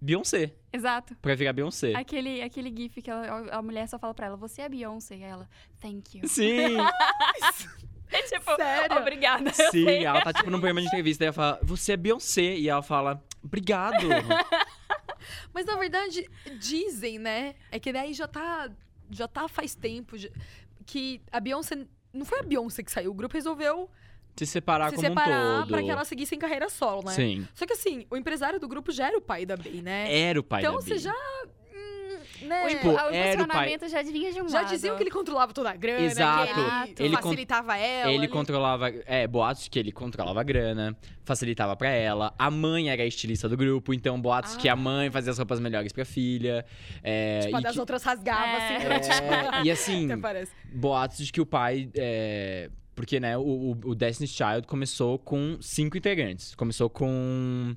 Beyoncé. Exato. Pra virar Beyoncé. Aquele, aquele gif que ela- a mulher só fala pra ela, você é Beyoncé. E ela, thank you. Sim, É tipo, Sério? obrigada. eu sim. sei. Ela tá tipo num programa de entrevista e ela fala, você é Beyoncé. E ela fala, obrigado. Mas na verdade, dizem, né? É que daí já tá. Já tá faz tempo já- que a Beyoncé. Não foi a Beyoncé que saiu, o grupo resolveu Se separar se como um separar todo. pra que ela seguisse em carreira solo, né? Sim. Só que assim, o empresário do grupo já era o pai da Bey, né? Era o pai então da você Bey. já. hum, né? É, O, Tipo, empo- o era o pai- impulsionamento já adivinha de um Já lado. diziam que ele controlava toda a grana, Exato. que ele, Ele con- facilitava ela. Ele ali. controlava. É, boatos que ele controlava a grana, facilitava pra ela. A mãe era a estilista do grupo, então boatos Ah. que a mãe fazia as roupas melhores pra filha. É, Tipo, a e das que- outras rasgava, É. assim, durante é, e assim, Até parece. boatos de que o pai. é, porque, né, o, o- o Destiny's Child começou com cinco integrantes. Começou com.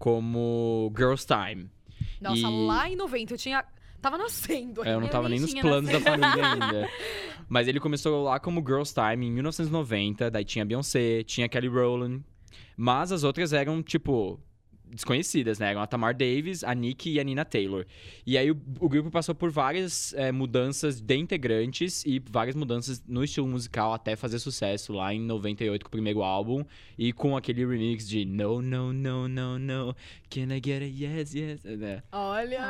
Como Girls Time. Nossa, e- lá em 90 eu tinha. Tava nascendo É, Eu não Eu tava nem nem nos tinha planos da família ainda. Mas ele começou lá como Girls Time em 1990, daí tinha Beyoncé, tinha Kelly Rowland. Mas as outras eram, tipo, desconhecidas, né? Eram a Tamar Davis, a Nick e a Nina Taylor. E aí o, o grupo passou por várias eh, mudanças de integrantes e várias mudanças no estilo musical até fazer sucesso lá em 98 com o primeiro álbum e com aquele remix de No, No, No, No, No, Can I Get a Yes, Yes? né? Olha. Olha,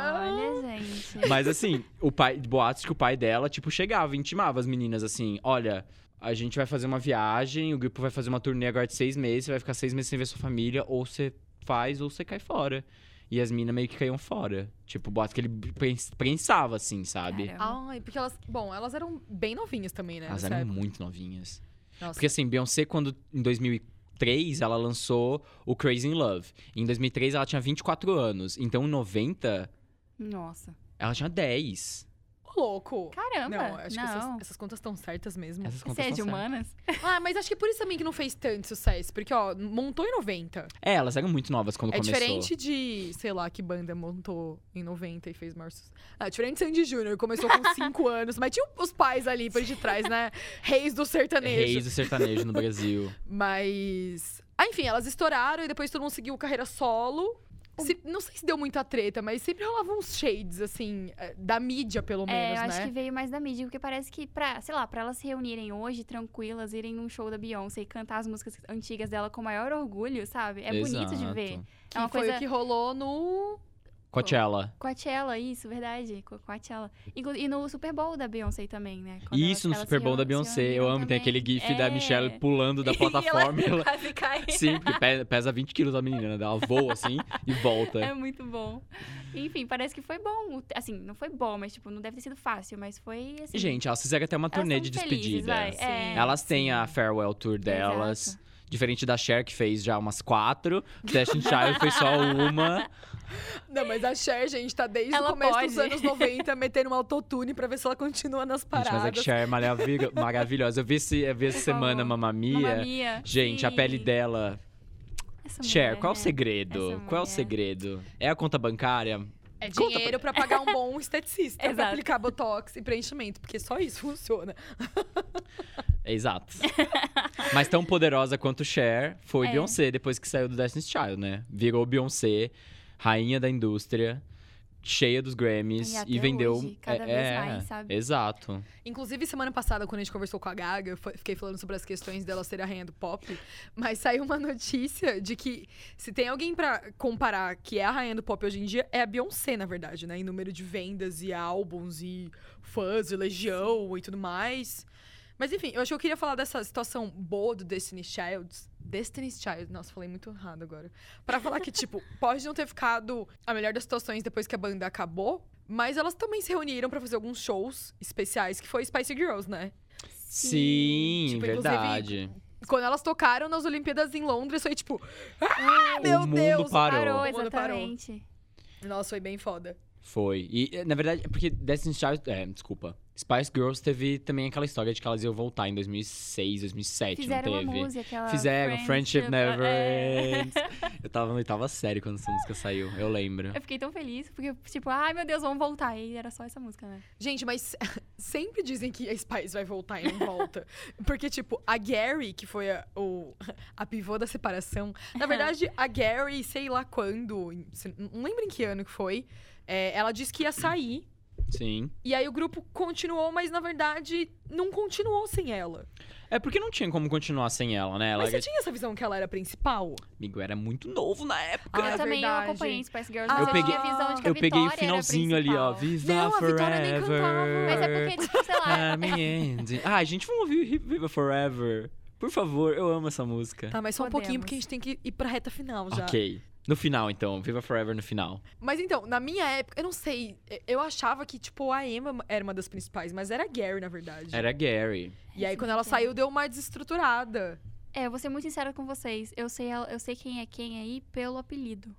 Ah. gente. Mas assim, o pai, boatos que o pai dela, tipo, chegava, e intimava as meninas assim: olha, a gente vai fazer uma viagem, o grupo vai fazer uma turnê agora de seis meses, você vai ficar seis meses sem ver sua família, ou você faz, ou você cai fora. E as minas meio que caíam fora. Tipo, boato que ele prens- prensava, assim, sabe? Caramba. Ai, porque elas. Bom, elas eram bem novinhas também, né? Elas nessa eram época. muito novinhas. Nossa. Porque assim, Beyoncé, quando em 2003 ela lançou o Crazy in Love. Em 2003 ela tinha 24 anos. Então em 90 Nossa. ela tinha 10. Ô, louco! Caramba. Não, acho que não. essas, essas contas estão certas mesmo. Essas Você contas é são de certas. humanas? Ah, mas acho que por isso também que não fez tanto sucesso. Porque, ó, montou em 90. É, elas eram muito novas quando é começou. diferente de, sei lá, que banda montou em 90 e fez maior sucesso. Ah, é diferente de Sandy Júnior, começou com 5 anos, mas tinha os pais ali por de trás, né? Reis do sertanejo. Reis do sertanejo no Brasil. Mas. Ah, enfim, elas estouraram e depois todo mundo seguiu carreira solo. Se- não sei se deu muita treta, mas sempre rolavam uns shades, assim, eh, da mídia, pelo É, menos, eu né? acho que veio mais da mídia, porque parece que, pra, sei lá, pra elas se reunirem hoje, tranquilas, irem num show da Beyoncé e cantar as músicas antigas dela com o maior orgulho, sabe? É bonito de ver. Exato. Que é uma foi coisa- o que rolou no. Coachella. Coachella, isso, verdade. Co- Coachella. Inclu- E no Super Bowl da Beyoncé também, né? Quando E elas- isso no elas Super se Bowl da reuniram Beyoncé. Eu amo, tem também. aquele gif É. da Michelle pulando da E plataforma. e ela ela- quase cai. Sim, porque pe- pesa 20 quilos a menina, né? Ela voa assim e volta. É muito bom. Enfim, parece que foi bom. O te- Assim, não foi bom, mas tipo, não deve ter sido fácil, mas foi assim. Gente, elas fizeram até uma elas turnê são de felizes, despedida. vai. É, Elas têm a sim. farewell tour delas. Exato. Diferente da Cher, que fez já umas quatro. Destiny Child fez só uma. Não, mas a Cher, gente, tá desde Ela o começo dos pode. anos 90 metendo um autotune pra ver se ela continua nas Gente, mas é paradas. que Cher é maravilho- maravilhosa. Eu vi, esse, eu vi essa Por semana favor. Mamma Mamma Mia. Mia, é. Gente, a sim. pele dela. Essa Cher, mulher, qual é o né? segredo? Essa Qual é o mulher. segredo? É a conta bancária? É Conta pra- dinheiro pra pagar um bom esteticista, pra Exato. aplicar botox e preenchimento, porque só isso funciona. É exato. Mas tão poderosa quanto Cher foi É. Beyoncé depois que saiu do Destiny's Child, né? Virou Beyoncé, rainha da indústria, cheia dos Grammys E e, até vendeu. é, hoje, cada vez mais, sabe? Exato. Inclusive, semana passada, quando a gente conversou com a Gaga, eu fa- fiquei falando sobre as questões dela ser a rainha do pop, mas saiu uma notícia de que se tem alguém pra comparar que é a rainha do pop hoje em dia, é a Beyoncé, na verdade, né? Em número de vendas e álbuns e fãs e legião e tudo mais. Mas enfim, eu acho que eu queria falar dessa situação boa do Destiny Childs. Destiny's Child, nossa, falei muito errado agora. Pra falar que, tipo, pode não ter ficado a melhor das situações depois que a banda acabou, mas elas também se reuniram pra fazer alguns shows especiais, que foi Spice Girls, né? Sim, Tipo, inclusive, verdade. Quando elas tocaram nas Olimpíadas em Londres, foi tipo. Ah, meu o mundo Deus! parou. Parou, O mundo parou. exatamente. Nossa, foi bem foda. Foi. E, eh, na verdade, é porque Destiny's Child... É, desculpa. Spice Girls teve também aquela história de que elas iam voltar em 2006, 2007, não Fizeram uma teve? música, aquela. Fizeram, Friendship Never Ah, é. Ends. Eu tava na oitava série quando essa música saiu, eu lembro. Eu fiquei tão feliz, porque, tipo, ai meu Deus, vamos voltar. E era só essa música, né? Gente, mas sempre dizem que a Spice vai voltar e não volta. Porque, tipo, a Gary, que foi a, o, a pivô da separação. Na verdade, a Gary, sei lá quando, em- se- não lembro em que ano que foi, é, ela disse que ia sair. Sim. E aí o grupo continuou, mas na verdade não continuou sem ela. É porque não tinha como continuar sem ela, né? Ela Mas você era, tinha essa visão que ela era a principal? Amigo, era muito novo na época. Ah, eu é também eu verdade. acompanhei Spice Girls, Ah, mas eu eu, peguei- tinha a visão de que a eu peguei o Vitória era a finalzinho ali, ó. principal. Viva Não, a Vitória nem Forever. cantava. Mas é porque, tipo, sei lá, I'm ending. Ah, gente, vamos ouvir Viva Forever. Por favor, eu amo essa música. Tá, mas só um pouquinho, Podemos. porque a gente tem que ir pra reta final já. Ok. No final, então. Viva Forever no final. Mas então, na minha época, eu não sei, eu achava que, tipo, a Emma era uma das principais, mas era a Gary, na verdade. Era Gary. E aí, quando ela saiu, deu uma desestruturada. É, eu vou ser muito sincera com vocês. Eu sei, ela- eu sei quem é quem aí pelo apelido.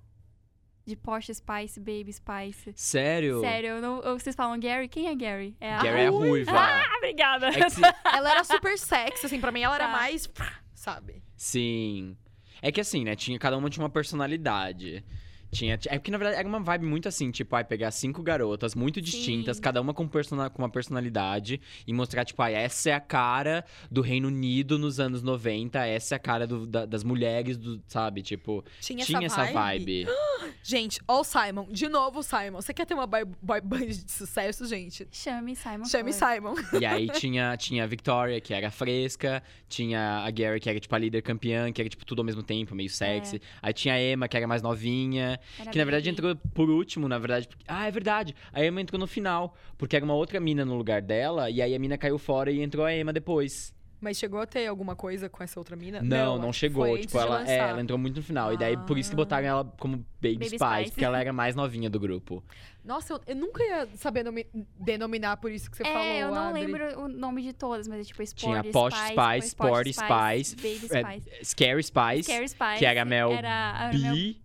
De Porsche Spice, Baby Spice. Sério? Sério, eu não, eu- vocês falam Gary? Quem é Gary? É a... Gary é ruiva. Ah, obrigada. É que se- Ela era super sexy, assim, pra mim ela era Tá. mais. Sabe? Sim. É que assim, né? Tinha, cada uma tinha uma personalidade. Tinha, é porque, na verdade, era uma vibe muito assim, tipo, ai, pegar cinco garotas muito distintas, Sim. cada uma com, um persona, com uma personalidade, e mostrar, tipo, ai, essa é a cara do Reino Unido nos anos 90, essa é a cara do- da- das mulheres, do, sabe? Tipo, Tinha, tinha essa, vibe. vibe. Gente, ó o Simon. De novo o Simon. Você quer ter uma boy, boy band de sucesso, gente? Chame Simon. Chame Fuller. Simon. E aí tinha, tinha a Victoria, que era fresca, tinha a Gary, que era, tipo, a líder campeã, que era, tipo, tudo ao mesmo tempo, meio sexy. Aí tinha a Emma, que era mais novinha. Era Que na verdade baby. entrou por último, na verdade. porque- Ah, é verdade. A Emma entrou no final. Porque era uma outra mina no lugar dela. E aí a mina caiu fora e entrou a Emma depois. Mas chegou a ter alguma coisa com essa outra mina? Não, não acho que chegou. foi Tipo, antes de ela, é, lançar. ela entrou muito no final. E daí, por isso que botaram ela como Baby, Baby Spice, Spice. porque ela era mais novinha do grupo. Nossa, eu, eu nunca ia saber nomi- denominar por isso que você é, falou. eu não Adri. lembro o nome de todas, mas é tipo Tinha Posh Sport Spice, Spice, Sport Sporty Spice, Baby é, Spice, Scary Spice, Scary Spice. é que era a Mel era a Mel- B.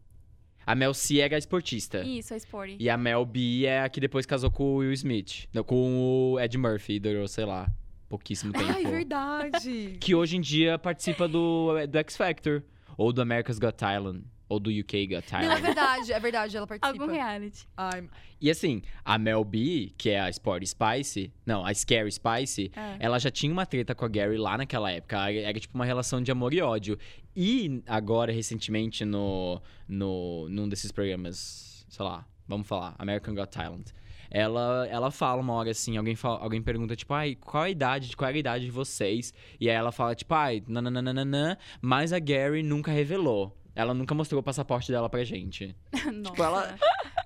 A Mel C era a esportista. Isso, a Sporty. E a Mel B é a que depois casou com o Will Smith. Não, com o Ed Murphy, e durou, sei lá, pouquíssimo tempo. Ai, verdade. Que hoje em dia participa do, do X Factor. Ou do America's Got Talent. Ou do UK Got não, é Talent. verdade, é verdade, ela participa. Algum reality. Ai, E assim, a Mel B, que é a Sport Spice, não, a Scary Spice, É. ela já tinha uma treta com a Gary lá naquela época. Era, era tipo uma relação de amor e ódio. E agora, recentemente, no, no, num desses programas, sei lá, vamos falar, American Got Talent. Ela, ela fala uma hora assim, alguém, fala- alguém pergunta, tipo, ai, qual a idade, qual era a idade de vocês? E aí ela fala, tipo, ai, nananana, mas a Gary nunca revelou. Ela nunca mostrou o passaporte dela pra gente. Nossa. ela-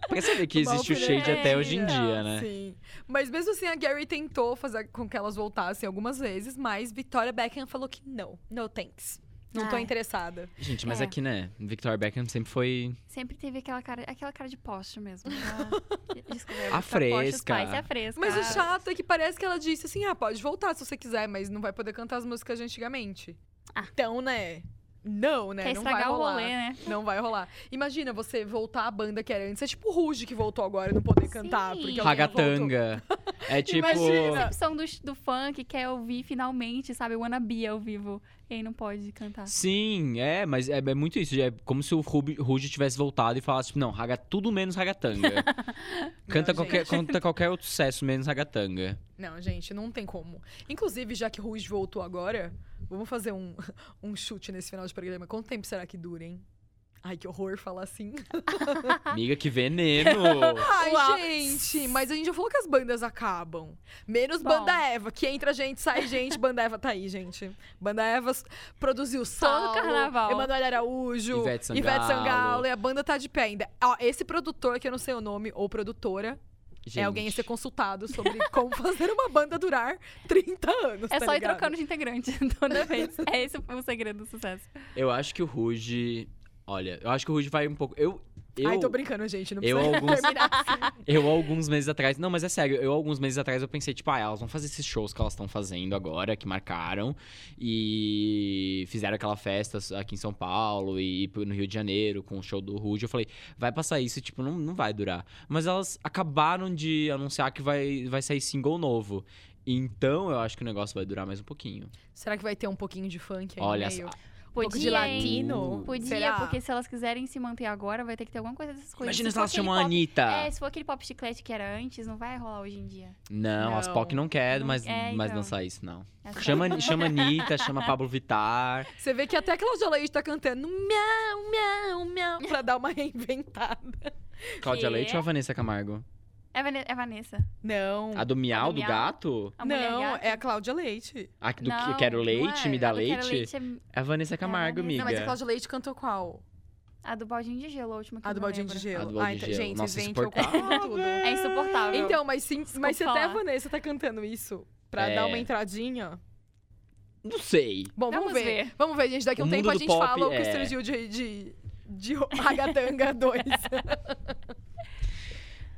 Pra você ver que Uma existe o shade opinião. até hoje em É, dia, né? Sim. Mas mesmo assim, a Gary tentou fazer com que elas voltassem algumas vezes, mas Victoria Beckham falou que não. No thanks. Não tô Ai. interessada. Gente, mas É. aqui, né? Victoria Beckham sempre foi Sempre teve aquela cara, aquela cara de poste mesmo. Então, Ela- Desculpa, A ela fica poste, os fresca. pais, é a fresca. Mas o chato é que parece que ela disse assim: ah, pode voltar se você quiser, mas não vai poder cantar as músicas de antigamente. Ah. Então, né? Não, né? Quer não vai estragar o rolar. rolê, né? Não vai rolar. Imagina você voltar à banda que era antes. É tipo o Ruge que voltou agora e não poder cantar. Sim. Porque alguém voltou. ragatanga. É tipo. A Imagina. opção do, do funk quer ouvir finalmente, sabe? O Wannabe ao vivo. E aí não pode cantar. Tá Sim, é, mas é, é muito isso. É como se o Rubi- Ruge tivesse voltado e falasse, tipo, não, raga tudo menos ragatanga. Canta, Não, qualquer, canta qualquer outro sucesso menos ragatanga. Não, gente, não tem como. Inclusive, já que Ruge voltou agora, vamos fazer um, um chute nesse final de programa. Quanto tempo será que dura, hein? Ai, que horror falar assim. Amiga, que veneno! Ai, Uau. gente, mas a gente já falou que as bandas acabam. Menos Bom. Banda Eva, que entra gente, sai gente. Banda Eva tá aí, gente. Banda Eva s- produziu Saulo, carnaval. Emanuel Araújo, Ivete Sangalo. Sangalo, e a banda tá de pé ainda. Ó, esse produtor, que eu não sei o nome, ou produtora, é alguém a ser consultado sobre como fazer uma banda durar 30 anos. É tá só ir ligado? trocando de integrante toda vez. É esse o segredo do sucesso. Eu acho que o Ruge. Olha, eu acho que o Ruge vai um pouco. Eu. Eu, Ai, tô brincando, gente. Não eu precisa alguns- terminar assim. Eu, alguns meses atrás. Não, mas é sério, eu, alguns meses atrás, eu pensei, tipo, ah, elas vão fazer esses shows que elas estão fazendo agora, que marcaram, e fizeram aquela festa aqui em São Paulo e pro- no Rio de Janeiro, com o show do Rude. Eu falei, vai passar isso, e, tipo, não, não vai durar. Mas elas acabaram de anunciar que vai, vai sair single novo. Então, eu acho que o negócio vai durar mais um pouquinho. Será que vai ter um pouquinho de funk aí no Olha meio? só. Podia, pouco de hein? latino? Podia, Será? porque se elas quiserem se manter agora, vai ter que ter alguma coisa dessas coisas. Imagina se for elas aquele chamam a pop- Anitta. É, se for aquele pop chiclete que era antes, não vai rolar hoje em dia. Não, as Não, POC não quer não- mas, é, mas então. lançar isso, não. É só- Chama, chama Anitta, chama Pablo Vittar. Você vê que até a Cláudia Leite tá cantando miau, miau, miau, pra dar uma reinventada. Cláudia Quê? Leite ou a Vanessa Camargo? É, Vane- é Vanessa. Não. A do miau, do É. miau? gato? A mulher não, gata. é a Cláudia Leite. A do Não, que quero não leite, é. me dá a do leite. Quero leite é É a Vanessa Camargo, Vanessa. amiga. Não, mas a Cláudia Leite cantou qual? a do baldinho de gelo, a última que A eu do não Baldinho de lembro. Gelo. A do Baldinho Ah, de então- Gelo. Gente, Nossa, vem que eu insuportável. confundo tudo. É insuportável. Então, mas sim, mas se até a falar. Vanessa tá cantando isso pra É. dar uma entradinha. Não sei. Bom, vamos, Vamos ver. ver. Vamos ver, gente. Daqui a um O mundo tempo a do gente pop, fala o que é. surgiu de, de, de Ragatanga 2.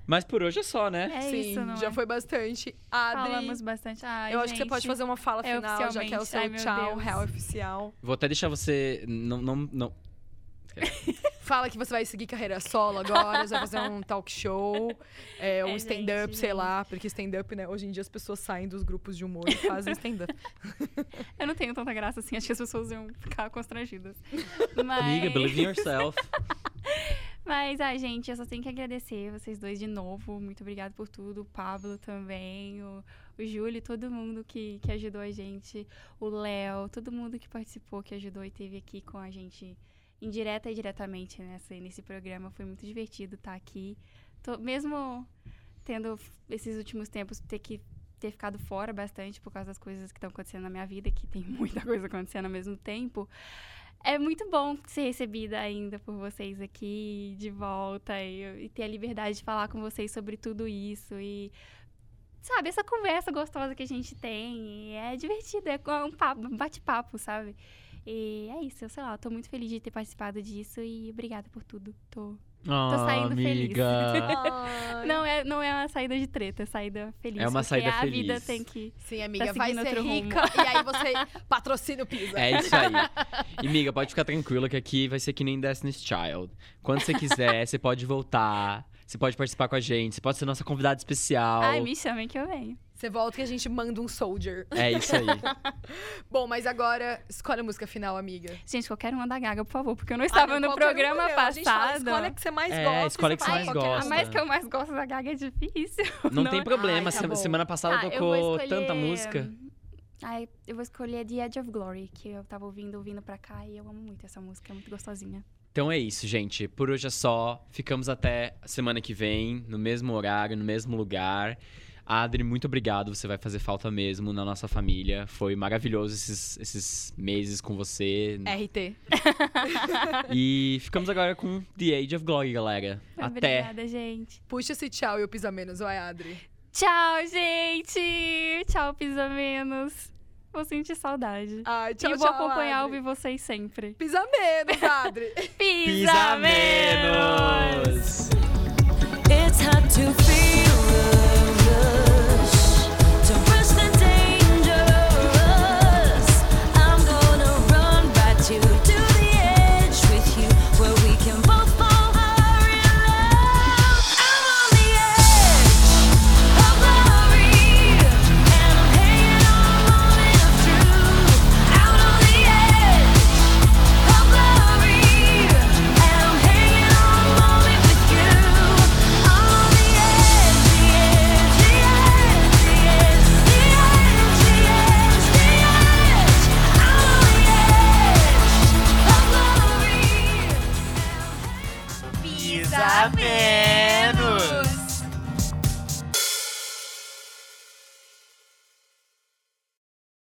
Mas por hoje é só, né? É Sim, isso, não assim. já é? foi bastante. Adri, Falamos bastante. Ai, eu acho que você gente. pode fazer uma fala é final, já que é o oficialmente. seu Ai, meu tchau, Deus. real oficial. Vou até deixar você. Não, não, não. Fala que você vai seguir carreira solo agora, já fazer um talk show, é, um É, stand-up, gente, sei lá. Porque stand-up, né? Hoje em dia as pessoas saem dos grupos de humor e fazem stand-up. Eu não tenho tanta graça assim, acho que as pessoas iam ficar constrangidas. Mas... Amiga, believe in yourself. Mas, ai, gente, eu só tenho que agradecer vocês dois de novo. Muito obrigada por tudo. O Pablo também, o, o Júlio, todo mundo que, que ajudou a gente. O Léo, todo mundo que participou, que ajudou e esteve aqui com a gente indireta e diretamente nessa, nesse programa. Foi muito divertido estar aqui. Tô- mesmo tendo f- esses últimos tempos ter que ter ficado fora bastante por causa das coisas que estão acontecendo na minha vida, que tem muita coisa acontecendo ao mesmo tempo. É muito bom ser recebida ainda por vocês aqui de volta e, e ter a liberdade de falar com vocês sobre tudo isso e sabe, essa conversa gostosa que a gente tem. E é divertido, é um papo, um bate-papo, sabe? E é isso, eu sei lá, eu tô muito feliz de ter participado disso e obrigada por tudo. Tô... Tô saindo feliz. Ah, amiga. Não, é, não é uma saída de treta, é saída feliz. É uma porque saída a feliz. vida tem que. Sim, amiga, Tá vai seguindo ser outro rumo. rica e aí você patrocina o Pisa. É isso aí. E, miga, pode ficar tranquila que aqui vai ser que nem Destiny's Child. Quando você quiser, você pode voltar. Você pode participar com a gente. Você pode ser nossa convidada especial. Ai, me chamem que eu venho. Você volta que a gente manda um soldier. É isso aí. Bom, mas agora escolhe a música final, amiga. Gente, qualquer uma da Gaga, por favor, porque eu não Ah, estava não, no qualquer programa uma, não. A gente fala, passado. escolhe a que você mais É, gosta. escolhe a que você faz mais qualquer um. A gosta. mais que eu mais gosto da Gaga é difícil. Não é? tem problema. Ai, tá se- bom. semana passada Ah, eu vou tocou escolher- tanta música. Ai, eu vou escolher The Edge of Glory, que eu tava ouvindo, ouvindo pra cá, e eu amo muito essa música, é muito gostosinha. Então é isso, gente. Por hoje é só. Ficamos até semana que vem, no mesmo horário, no mesmo lugar. Adri, muito obrigado. Você vai fazer falta mesmo na nossa família. Foi maravilhoso esses, esses meses com você. É. RT. E ficamos agora com The Age of Glory, galera. Até. Obrigada, gente. Puxa esse tchau e o Pisa Menos, vai, Adri. Tchau, gente! Tchau, Pisa Menos. Vou sentir saudade. Ai, Ah, tchau, e vou tchau, acompanhar Adri. ouvir vocês sempre. Pisa Menos, Adri. Pisa, menos! It's hard to feel the rush, to rush the dangerous. I'm gonna run right to to the edge with you, where we can both fall higher in love. I'm on the edge of glory, and I'm hanging on long enough to. Out on the edge of glory, and I'm hanging on long with you. On the edge, the edge, the edge, the edge, the edge, the edge, the edge. I'm on the edge of glory. Pisa menos.